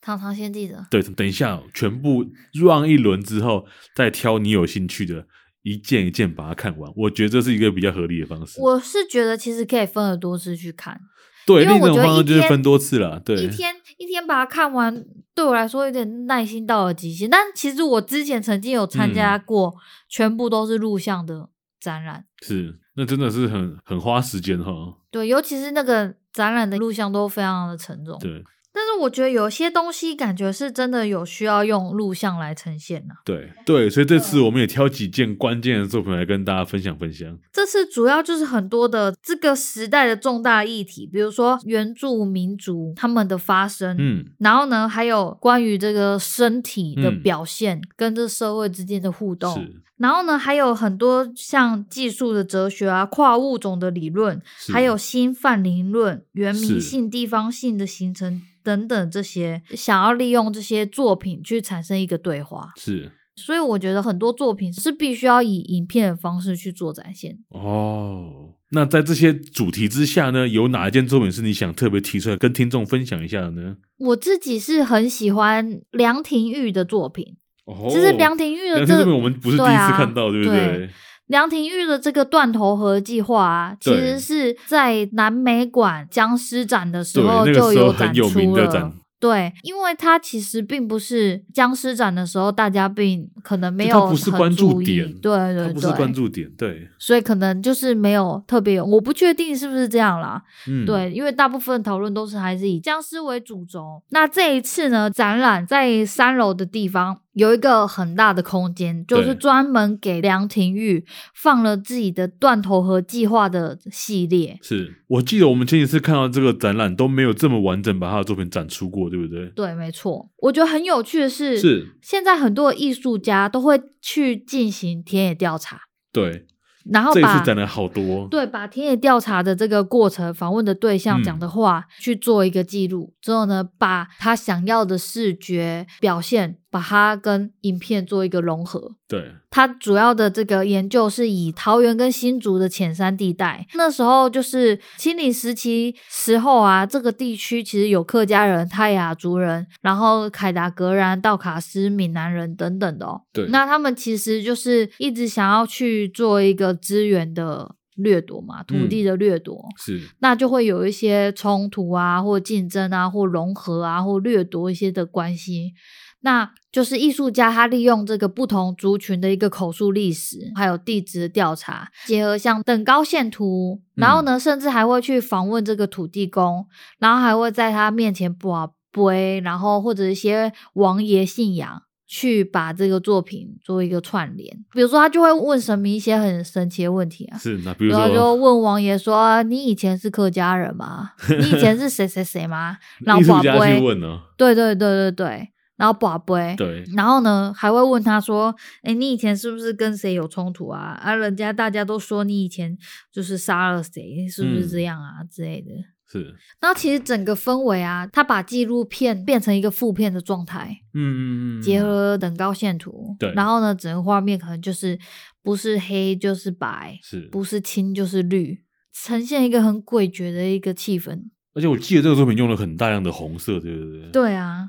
堂堂先记者，对，等一下全部 run 一轮之后，再挑你有兴趣的，一件一件把它看完。我觉得这是一个比较合理的方式。我是觉得其实可以分而多次去看，对，因为另一我种觉得方式一就是天分多次了。对，一天一天把它看完，对我来说有点耐心到了极限。但其实我之前曾经有参加过，全部都是录像的展览，是，那真的是很很花时间哈。对，尤其是那个展览的录像都非常的沉重。对，但是是我觉得有些东西感觉是真的有需要用录像来呈现啊呐、对对，所以这次我们也挑几件关键的作品来跟大家分享分享。这次主要就是很多的这个时代的重大议题，比如说原住民族他们的发声，嗯，然后呢，还有关于这个身体的嗯表现、跟这社会之间的互动，是然后呢，还有很多像技术的哲学啊、跨物种的理论，是，还有新泛灵论、原民是性、地方性的形成等等这些，想要利用这些作品去产生一个对话。是所以我觉得很多作品是必须要以影片的方式去做展现。哦。那在这些主题之下呢，有哪一件作品是你想特别提出来跟听众分享一下的呢？我自己是很喜欢梁廷玉的作品，哦，其实梁廷玉的梁这天作品我们不是第一次对啊看到，对不对？梁廷玉的这个断头河计划啊，其对实是在南美馆僵尸展的时对候那个就时候很展有名出的了。展对，因为它其实并不是僵尸展的时候，大家并可能没就它有不是很关注注意点对它对不是关对，注点，对，所以可能就是没有特别有，我不确定是不是这样啦。嗯，对，因为大部分讨论都是还是以僵尸为主轴。那这一次呢，展览在三楼的地方有一个很大的空间，就对是专门给梁廷玉放了自己的断头河计划的系列。是我记得我们前几次看到这个展览都没有这么完整把他的作品展出过，对不对？对，没错。我觉得很有趣的是，是，现在很多的艺术家都会去进行田野调查，对，然后这一把次展览好多，对，把田野调查的这个过程、访问的对象嗯讲的话、去做一个记录，之后呢，把他想要的视觉表现，把它跟影片做一个融合。对，他主要的这个研究是以桃园跟新竹的浅山地带，那时候就是清领时期时候啊，这个地区其实有客家人、泰雅族人，然后凯达格兰、道卡斯、闽南人等等的哦。对那他们其实就是一直想要去做一个资源的掠夺嘛，土地的掠夺。是，那就会有一些冲突啊，或竞争啊，或融合啊，或掠夺一些的关系。那就是艺术家他利用这个不同族群的一个口述历史，还有地质的调查，结合像等高线图，然后呢，甚至还会去访问这个土地公，然后还会在他面前卜杯，然后或者一些王爷信仰。去把这个作品做一个串联，比如说他就会问神明一些很神奇的问题啊，是，那比如然后说，就问王爷说：“啊你以前是客家人吗？你以前是谁谁 [LAUGHS] 谁吗？”然后艺术寡家去龟，问呢，对对对对对，然后寡龟，对，然后呢还会问他说：“哎，你以前是不是跟谁有冲突啊？啊，人家大家都说你以前就是杀了谁，是不是这嗯样啊、之类的。”是，然后其实整个氛围啊，他把纪录片变成一个负片的状态，嗯嗯嗯，结合等高线图，对然后呢整个画面可能就是不是黑就是白，是，不是青就是绿，呈现一个很诡谲的一个气氛。而且我记得这个作品用了很大量的红色，对不对？，对啊，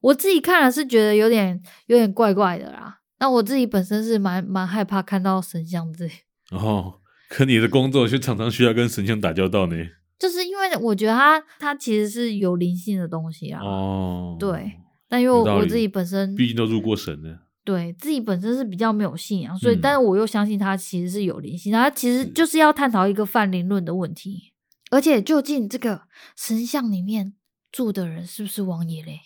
我自己看了是觉得有点有点怪怪的啦。那我自己本身是蛮蛮害怕看到神像这，然后。可你的工作却常常需要跟神像打交道呢。 [LAUGHS] 就是因为我觉得它它其实是有灵性的东西啊。哦，对，但因为有道我理自己本身毕竟都入过神了。对自己本身是比较没有信仰，所以、嗯但是我又相信它其实是有灵性的，它其实是就是要探讨一个泛灵论的问题，而且究竟这个神像里面住的人是不是王爷嘞？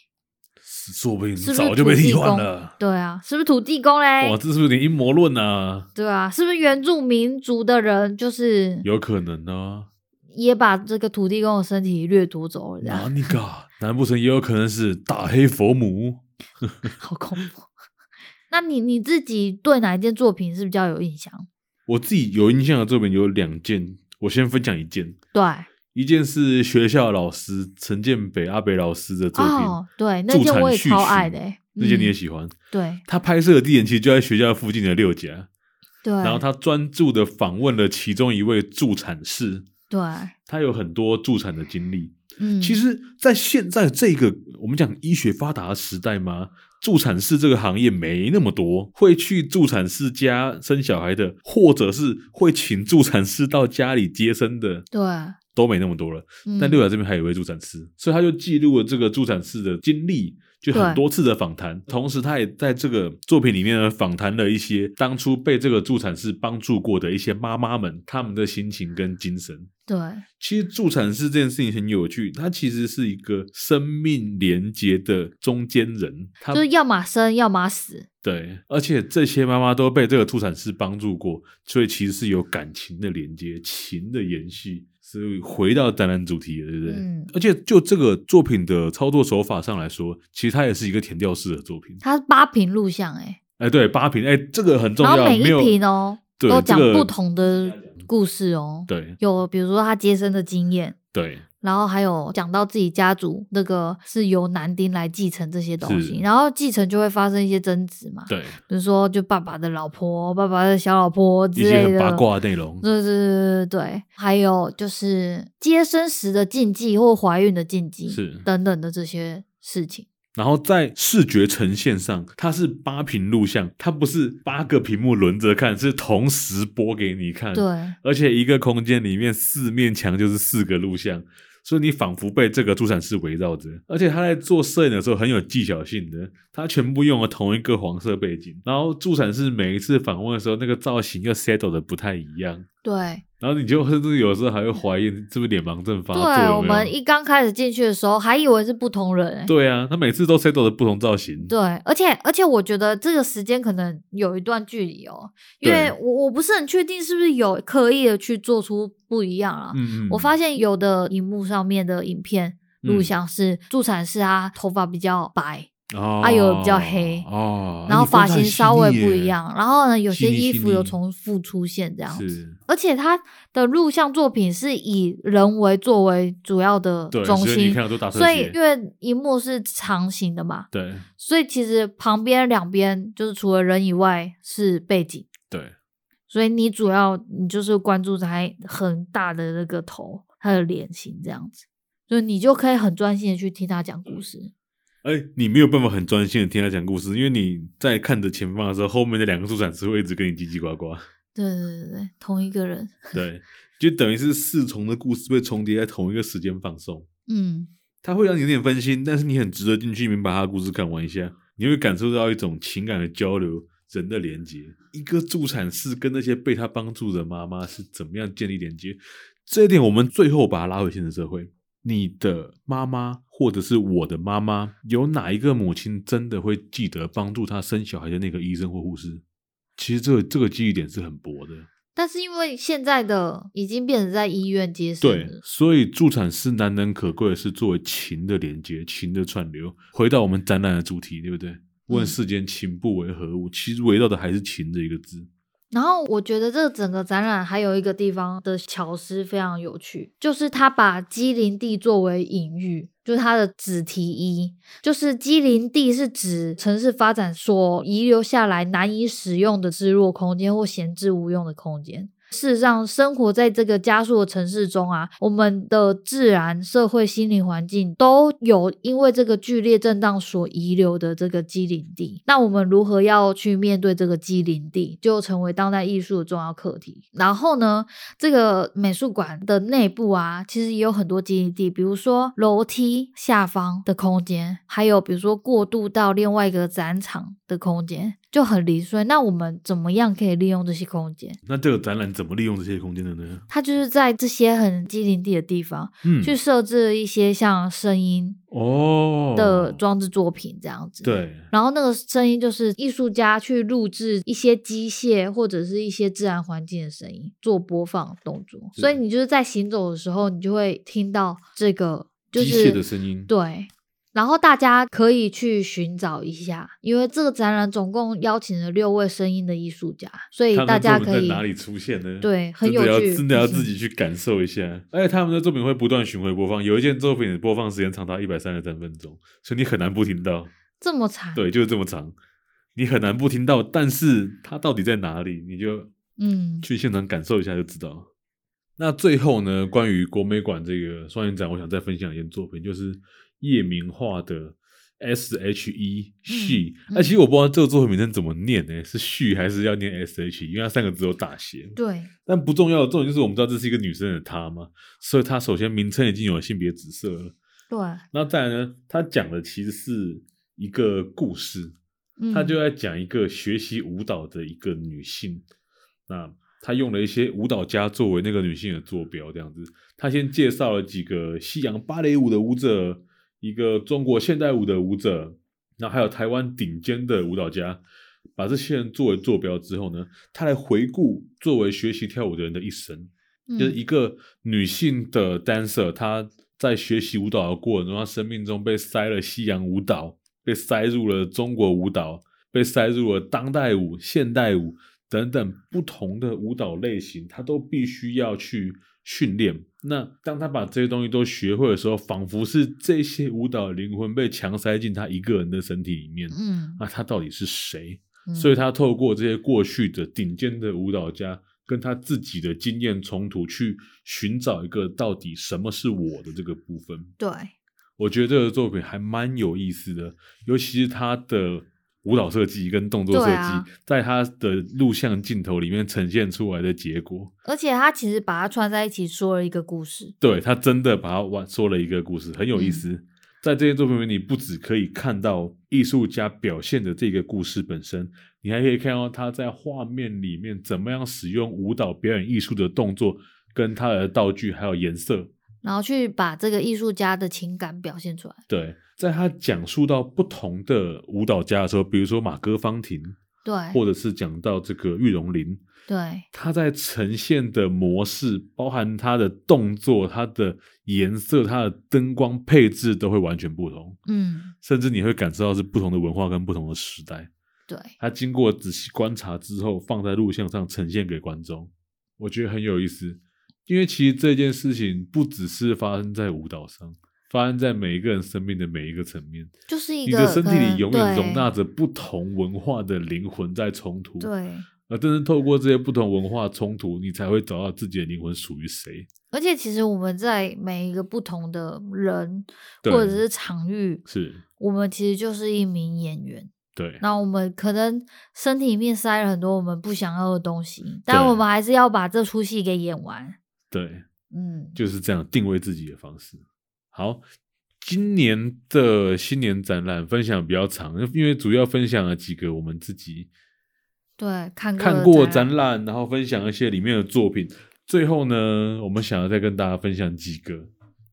说不定是不是早就被土地替换公哎了。对啊，是不是土地公哇，嘞？这是不是有点阴谋论啊？对啊，是不是原住民族的人就是有可能啊 [LAUGHS] 呢、也把这个土地公的身体掠夺走了？这哪样里嘎？难不成也有可能是大黑佛母？好恐怖。 [LAUGHS] 那你你自己对哪一件作品是比较有印象？我自己有印象的作品有两件，我先分享一件。对，一件是学校老师陈建北阿北老师的作品，哦，对，那助件产我也序超曲爱的、欸，那件你也嗯喜欢。对他拍摄的地点其实就在学校附近的六甲，对，然后他专注的访问了其中一位助产士，对，他有很多助产的经历。嗯，其实，在现在这个我们讲医学发达的时代嘛，助产士这个行业没那么多，会去助产士家生小孩的，或者是会请助产士到家里接生的，对，都没那么多了。嗯但六甲这边还有一位助产师，所以他就记录了这个助产士的经历，就对很多次的访谈。同时，他也在这个作品里面呢访谈了一些当初被这个助产士帮助过的一些妈妈们，他们的心情跟精神。对，其实助产士这件事情很有趣，它其实是一个生命连接的中间人，他就是要么生，要么死。对，而且这些妈妈都被这个助产师帮助过，所以其实是有感情的连接、情的延续。所以回到展览主题了，对不对？嗯而且就这个作品的操作手法上来说，其实它也是一个填调式的作品。它是八屏录像、欸，哎，对，八屏，哎，这个很重然后要，每一没有屏哦，对都讲这个不同的故事哦。对有比如说他接生的经验，对然后还有讲到自己家族那个是由男丁来继承这些东西，是然后继承就会发生一些争执嘛，对，比如说就爸爸的老婆、爸爸的小老婆之一些类很的。八卦的内容，对对对对对，还有就是接生时的禁忌或怀孕的禁忌，是等等的这些事情。然后在视觉呈现上，它是八屏录像，它不是八个屏幕轮着看，是同时播给你看。对，而且一个空间里面四面墙就是四个录像，所以你仿佛被这个助产士围绕着。而且他在做摄影的时候很有技巧性的，他全部用了同一个黄色背景，然后助产士每一次访问的时候，那个造型又 settle 的不太一样。对，然后你就甚至有时候还会怀疑是不是脸盲症发作对，有我没有们一刚开始进去的时候，还以为是不同人、欸。对啊，他每次都 settle 的不同造型。对，而且而且，我觉得这个时间可能有一段距离哦，因为对我我不是很确定是不是有刻意的去做出不一样啊。嗯嗯，我发现有的荧幕上面的影片录嗯像是助产士啊，头发比较白，哦啊有的比较黑哦，然后你观发察型很细稍微腻不一耶，样，然后呢，有些细腻衣细服有腻重复出现这样子。是。而且他的录像作品是以人为作为主要的对，中所以你心看，都打特所以写因，为荧幕是长形的嘛，对所以其实旁边两边就是除了人以外是背景，对，所以你主要你就是关注在很大的那个头，他的脸型这样子，所以你就可以很专心的去听他讲故事。哎、你没有办法很专心的听他讲故事，因为你在看着前方的时候，后面的两个助产师会一直跟你叽叽呱呱。 [LAUGHS] 对对对对，同一个人，对，就等于是四重的故事被重叠在同一个时间放送，嗯，它会让你有点分心，但是你很值得进去，明白他的故事看完一下，你会感受到一种情感的交流。人的连接，一个助产士跟那些被他帮助的妈妈是怎么样建立连接？这一点我们最后把它拉回现实社会。你的妈妈或者是我的妈妈，有哪一个母亲真的会记得帮助她生小孩的那个医生或护士？其实这个这个记忆点是很薄的。但是因为现在的已经变成在医院接生对了，，所以助产士难能可贵的是作为情的连接、情的串流。回到我们展览的主题，对不对？问世间情不为何物，其实围绕的还是情这一个字。然后我觉得这整个展览还有一个地方的巧思非常有趣，就是他把机灵地作为隐喻，就是它的子题一，就是机灵地是指城市发展所遗留下来难以使用的失落空间或闲置无用的空间。事实上，生活在这个加速的城市中啊，我们的自然、社会、心理环境都有因为这个剧烈震荡所遗留的这个机灵地。那我们如何要去面对这个机灵地，就成为当代艺术的重要课题。然后呢，这个美术馆的内部啊，其实也有很多基地，比如说楼梯下方的空间，还有比如说过渡到另外一个展场的空间，就很零碎。那我们怎么样可以利用这些空间？那这个展览怎么利用这些空间的呢？它就是在这些很机灵地的地方、嗯，去设置一些像声音哦的装置作品这样子。。对，然后那个声音就是艺术家去录制一些机械或者是一些自然环境的声音做播放动作，是所以你就是在行走的时候，你就会听到这个就是机械的声音。对。然后大家可以去寻找一下，因为这个展览总共邀请了六位声音的艺术家，所以他们大的家作品可以在哪里出现呢？对很真的有要趣真的要自己去感受一下。而且他们的作品会不断巡回播放，有一件作品的播放时间长达一百三十三分钟，所以你很难不听到。这么惨，对，就是这么长，你很难不听到。但是它到底在哪里，你就嗯，去现场感受一下就知道。那最后呢，关于国美馆这个双年展，我想再分享一件作品，就是叶明画的 S H E 序。那、嗯其实我不知道这个作品名称怎么念呢、是序还是要念 S H E？因为它三个字有大写。对，但不重要的重点就是我们知道这是一个女生的她嘛，所以她首先名称已经有性别指涉了。对，那再来呢，他讲的其实是一个故事，嗯他就在讲一个学习舞蹈的一个女性，那他用了一些舞蹈家作为那个女性的坐标，这样子。他先介绍了几个西洋芭蕾舞的舞者，一个中国现代舞的舞者，那还有台湾顶尖的舞蹈家。把这些人作为坐标之后呢，他来回顾作为学习跳舞的人的一生。就是嗯一个女性的 dancer，她在学习舞蹈的过程中，她生命中被塞了西洋舞蹈，被塞入了中国舞蹈，被塞入了当代舞、现代舞等等不同的舞蹈类型，她都必须要去训练。那当她把这些东西都学会的时候，仿佛是这些舞蹈的灵魂被强塞进她一个人的身体里面。嗯，那她到底是谁？嗯所以他透过这些过去的顶尖的舞蹈家跟他自己的经验冲突，去寻找一个到底什么是我的这个部分。对，我觉得这个作品还蛮有意思的，尤其是他的舞蹈设计跟动作设计，对啊在他的录像镜头里面呈现出来的结果，而且他其实把它串在一起说了一个故事，对他真的把它玩说了一个故事，很有意思。在这些作品里，你不只可以看到艺术家表现的这个故事本身，你还可以看到他在画面里面怎么样使用舞蹈表演艺术的动作，跟他的道具还有颜色。然后去把这个艺术家的情感表现出来。对，在他讲述到不同的舞蹈家的时候，比如说马哥方婷，对或者是讲到这个玉龙林，对，它在呈现的模式，包含它的动作、它的颜色、它的灯光配置都会完全不同，嗯甚至你会感受到是不同的文化跟不同的时代。对，它经过仔细观察之后，放在录像上呈现给观众，我觉得很有意思。因为其实这件事情不只是发生在舞蹈上，发生在每一个人生命的每一个层面。就是一你个的身体可能里永远对容纳着不同文化的灵魂在冲突。对。而正是透过这些不同文化冲突，你才会找到自己的灵魂属于谁。而且其实我们在每一个不同的人对或者是场域，是，我们其实就是一名演员。对，那我们可能身体里面塞了很多我们不想要的东西，但我们还是要把这出戏给演完。对，嗯，就是这样定位自己的方式。好，今年的新年展览分享比较长，因为主要分享了几个我们自己对，看过看过过的展展览，然后分享一些里面的作品。最后呢，我们想要再跟大家分享几个，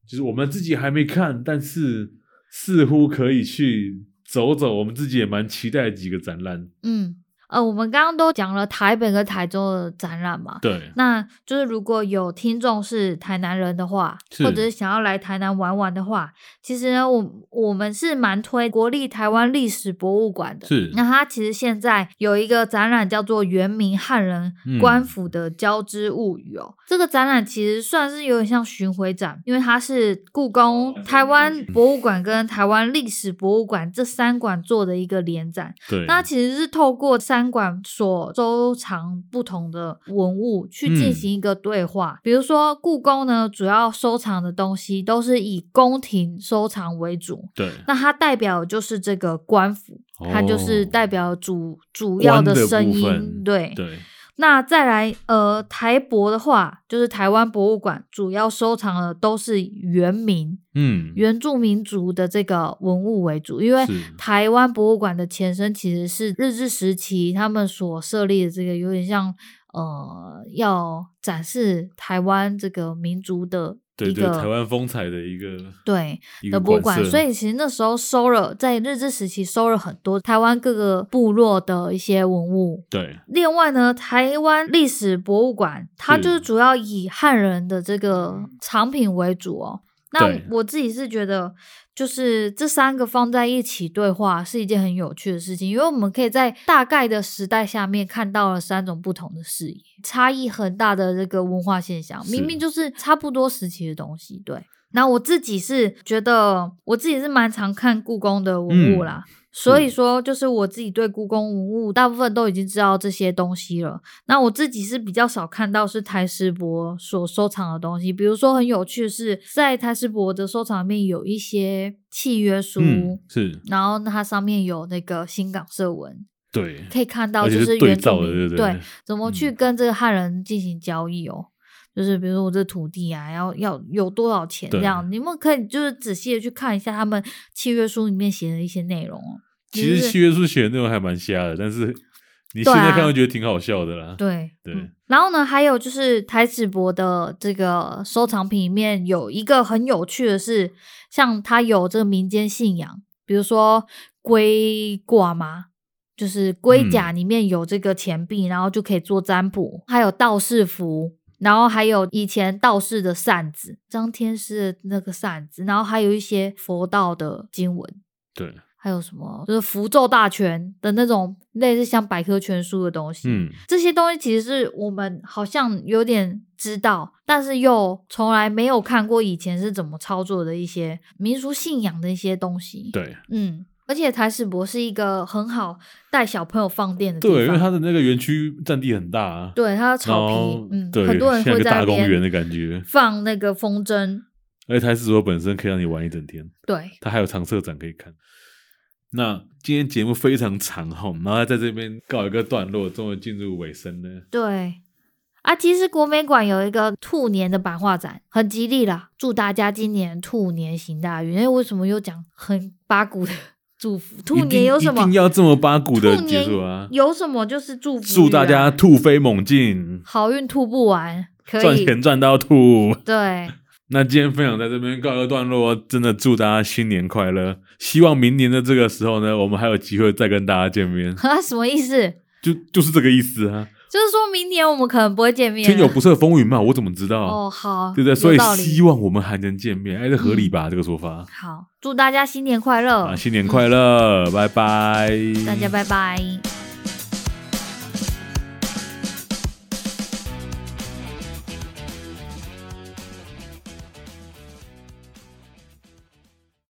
就是我们自己还没看，但是似乎可以去走走，我们自己也蛮期待的几个展览。嗯，呃，我们刚刚都讲了台北跟台中的展览嘛，对，那就是如果有听众是台南人的话，是或者是想要来台南玩玩的话，其实呢，我我们是蛮推国立台湾历史博物馆的。是那它其实现在有一个展览叫做《原名汉人嗯官府的交织物语》哦，这个展览其实算是有点像巡回展，因为它是故哦宫、台湾博物馆跟台湾历史博物馆这三馆做的一个联展。对，那其实是透过三馆所收藏不同的文物去嗯进行一个对话。比如说，故宫呢主要收藏的东西都是以宫廷收藏为主，对，那它代表就是这个官府，它就是哦代表主主要官的声部音。分对，对，那再来，呃，台博的话，就是台湾博物馆主要收藏的都是原名。嗯，原住民族的这个文物为主，因为是台湾博物馆的前身其实是日治时期他们所设立的这个有点像呃要展示台湾这个民族的对一对，个台湾风采的一个对一的个博物馆，色所以其实那时候收了在日治时期收了很多台湾各个部落的一些文物。对另外呢，台湾历史博物馆它是就是主要以汉人的这个藏品为主哦。那对我自己是觉得，就是这三个放在一起对话是一件很有趣的事情，因为我们可以在大概的时代下面看到了三种不同的视野，差异很大的这个文化现象，是明明就是差不多时期的东西，对。那我自己是觉得，我自己是蛮常看故宫的文物嗯啦，所以说就是我自己对故宫文物大部分都已经知道这些东西了。那我自己是比较少看到是台师伯所收藏的东西，比如说很有趣的是在台师伯的收藏里面有一些契约书，嗯是然后它上面有那个新港社文，对，可以看到而且就是对原住照的，民对怎么去嗯跟这个汉人进行交易哦。就是比如说我这土地啊，要要有多少钱对这样，你们可以就是仔细的去看一下他们契约书里面写的一些内容哦。其实就是契约书写的内容还蛮瞎的，但是你对现啊在看会觉得挺好笑的啦。对对嗯然后呢，还有就是台子博的这个收藏品里面有一个很有趣的是，像它有这个民间信仰，比如说龟卦嘛，就是龟嗯甲里面有这个钱币，然后就可以做占卜，还有道士符。然后还有以前道士的扇子，张天师的那个扇子，然后还有一些佛道的经文，对，还有什么就是符咒大全的那种类似像百科全书的东西。嗯，这些东西其实是我们好像有点知道，但是又从来没有看过以前是怎么操作的一些民俗信仰的一些东西。，对嗯，而且台史博是一个很好带小朋友放电的地方，对，因为它的那个园区占地很大啊，对它的然草后皮，嗯，对，很多人像会一个在大那公园的边感觉。放那个风筝，而且台式桌本身可以让你玩一整天，对，它还有常设展可以看。那今天节目非常长哈，我们要在这边告一个段落，终于进入尾声了。对。啊，其实国美馆有一个兔年的版画展，很吉利啦！祝大家今年兔年行大运。哎，为什么又讲很八股的 [LAUGHS] 祝福？兔一年定有什一么定？要这么八股的兔结年束啊！有什么就是祝福、祝大家突飞猛进，好运吐不完，可赚以钱赚到吐。对 [LAUGHS] 那今天分享在这边告一个段落，哦真的祝大家新年快乐！希望明年的这个时候呢，我们还有机会再跟大家见面，啊？什么意思？就就是这个意思啊。就是说明年我们可能不会见面了。天有不测风云嘛，我怎么知道？哦，好，对不对？有所以道理嗯希望我们还能见面，哎，这合理吧？这个说法啊好，祝大家新年快乐，啊，新年快乐，拜拜，大家拜拜。